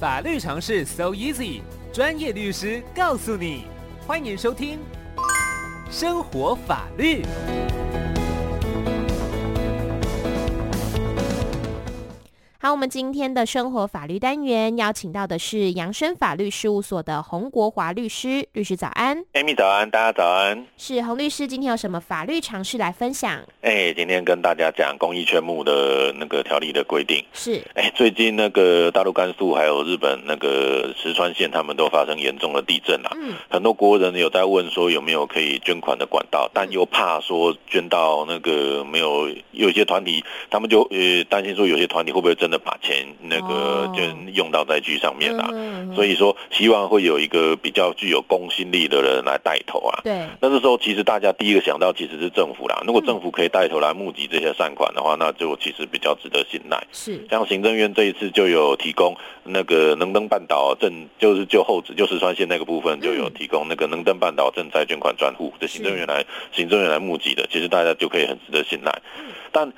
法律常识 so easy，专业律师告诉你。欢迎收听《生活法律》。好，我们今天的生活法律单元邀请到的是扬生法律事务所的洪国华律师，律师早安。 Amy 早安，大家早安。是洪律师，今天有什么法律常识来分享？哎，今天跟大家讲公益圈目的那个条例的规定。是，哎，最近那个大陆、甘肃还有日本那个石川县，他们都发生严重的地震啊。嗯，很多国人有在问说有没有可以捐款的管道，但又怕说捐到那个没有，有些团体他们就呃担心说有些团体会不会真的把钱那个哦就用到灾区上面啊。嗯所以说，希望会有一个比较具有公信力的人来带头啊。对，那这时候其实大家第一个想到其实是政府啦。如果政府可以带头来募集这些善款的话，那就其实比较值得信赖。是，像行政院这一次就有提供那个能登半岛镇，就是就后址，就石川县那个部分就有提供那个能登半岛赈灾捐款专户，这行政院来行政院来募集的，其实大家就可以很值得信赖。但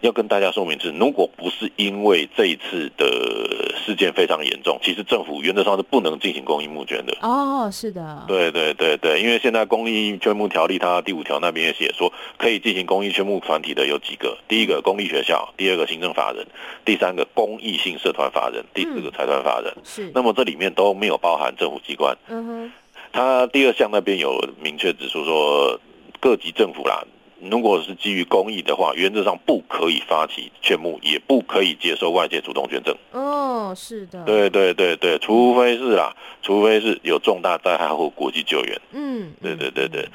要跟大家说明是，如果不是因为这一次的事件非常严重，其实政府原则上是不能进行公益募捐的。哦，是的，对对对对，因为现在公益捐募条例它第五条那边也写说，可以进行公益捐募团体的有几个：第一个公立学校，第二个行政法人，第三个公益性社团法人，第四个财团法人。是，那么这里面都没有包含政府机关。嗯哼，它第二项那边有明确指出说，各级政府啦，如果是基于公益的话，原则上不可以发起劝募，也不可以接受外界主动捐赠。哦，是的，，对对对对，除非是啦，除非是有重大灾害或国际救援。嗯，对嗯对对对，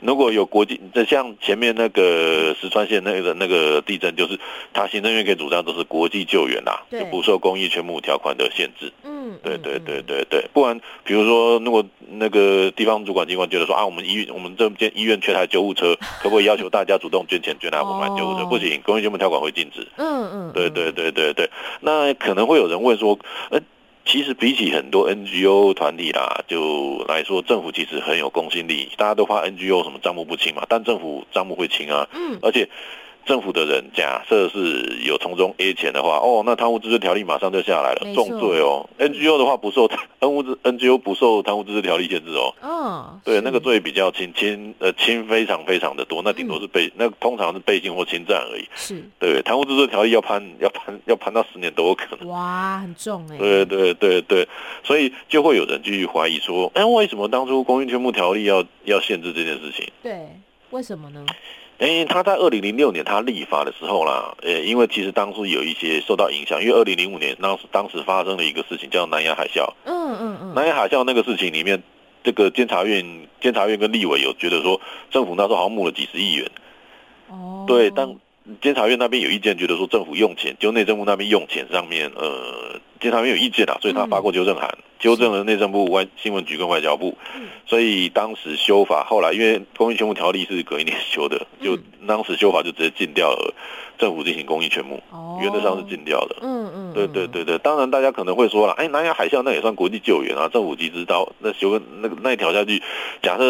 如果有国际，这像前面那个石川县那个那个地震，就是他行政院可以主张都是国际救援啦、对就不受公益全募条款的限制。嗯，对对嗯对，对对，不然比如说，如果那个地方主管机关觉得说啊，我们医我们这间医院缺台救护车，可不可以要求大家主动捐钱捐来我们买救护车？哦不行，公益全募条款会禁止。嗯嗯，对嗯对，对对对，那可能会有人问说，呃，其实比起很多 NGO 团体啦，就来说，政府其实很有公信力，大家都怕 NGO 什么账目不清嘛，但政府账目会清啊，嗯，而且。政府的人假设是有从中 A 钱的话，哦，那贪污治罪条例马上就下来了没，错重罪哦。NGO 的话不受贪污治 NGO 不受贪污治罪条例限制哦，哦，对，是那个，罪比较轻，轻呃轻非常非常的多，那顶嗯多是被、那通常是背信或侵占而已。是，对，贪污治罪条例要判 要判要判到十年都有可能。哇，很重哎，对，对对对，所以就会有人继续怀疑说，哎，为什么当初公益捐募条例要要限制这件事情？对，为什么呢？哎，他在二零零六年他立法的时候啦，呃，因为其实当初有一些受到影响，因为二零零五年当时当时发生了一个事情叫南洋海啸，嗯嗯嗯，南洋海啸那个事情里面，这个监察院监察院跟立委有觉得说，政府那时候好像募了几十亿元，哦，对，当监察院那边有意见，觉得说政府用钱，就内政部那边用钱上面，呃，监察院有意见啊，所以他发过纠正函，纠正了内政部、外新闻局跟外交部。嗯所以当时修法，后来因为公益全部条例是隔一年修的，就、当时修法就直接禁掉了政府进行公益全部，哦，原则上是禁掉的。嗯，嗯嗯，对对对对，当然大家可能会说了，哎，南亚海啸那也算国际救援啊，政府及时到那修个那个那一条下去，假设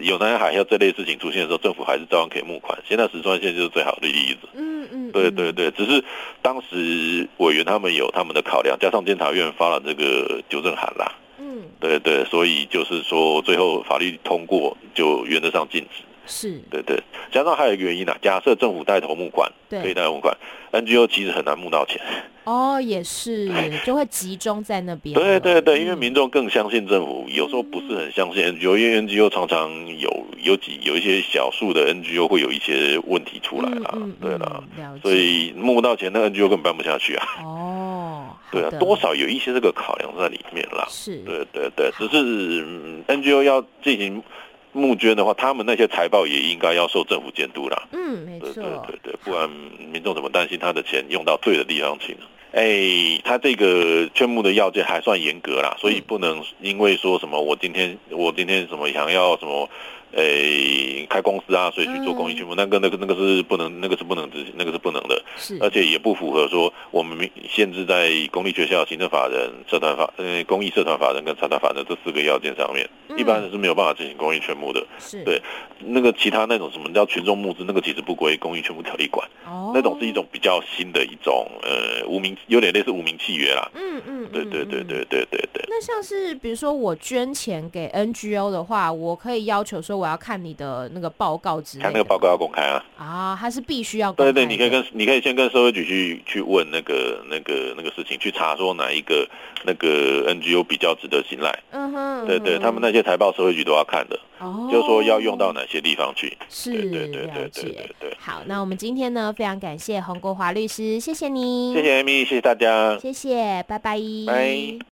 有南亚海啸这类事情出现的时候，政府还是照样可以募款。现在石川县就是最好的例子。嗯，嗯嗯，对对对，只是当时委员他们有他们的考量，加上监察院发了这个纠正函啦，嗯，对对，所以就是说最后法律通过就原则上禁止。是，对对，加上还有一个原因呢、假设政府带头募款，可以对，带头募款，NGO 其实很难募到钱。哦，也是，就会集中在那边了，对对对，因为嗯民众更相信政府，有时候不是很相信 NGO，因为 NGO 常常有有几有一些小数的 NGO 会有一些问题出来啦，嗯嗯对啦，嗯了解，所以募不到钱，那 NGO 根本办不下去啊，哦，好对啊，的多少有一些这个考量在里面啦，是，对对对，只是、嗯 NGO 要进行募捐的话，他们那些财报也应该要受政府监督啦，嗯，没对错对，对对，不然民众怎么担心他的钱用到对的地方去呢？哎，他这个劝募的要件还算严格啦，所以嗯不能因为说什么我今天我今天什么想要什么诶、开公司啊，所以去做公益嗯宣布，那个那个那个是不能，那个是不能执，那个是不能的，是而且也不符合说我们明限制在公立学校、行政法人、社团法呃公益社团法人跟财团法人这四个要件上面，一般人是没有办法进行公益全募的。嗯是对那个其他那种什么叫群众募资，那个其实不归公益全募条例管，哦那种是一种比较新的一种呃无名，有点类似无名契约啦。嗯嗯，对嗯对对。嗯对对对对。那像是比如说我捐钱给 NGO 的话，我可以要求说我要看你的那个报告之类的看吗，那个报告要公开啊，啊，它是必须要公开对对，的你可以跟你可以先跟社会局去去问那个那个那个事情，去查说哪一个那个 NGO 比较值得信赖。嗯哼，对对，他们那些财报社会局都要看的，那哦，就是说要用到哪些地方去。是对对对了对对解。对对。好，那我们今天呢，非常感谢洪国华律师，谢谢你，谢谢 Amy，谢谢大家。谢谢，拜拜，拜。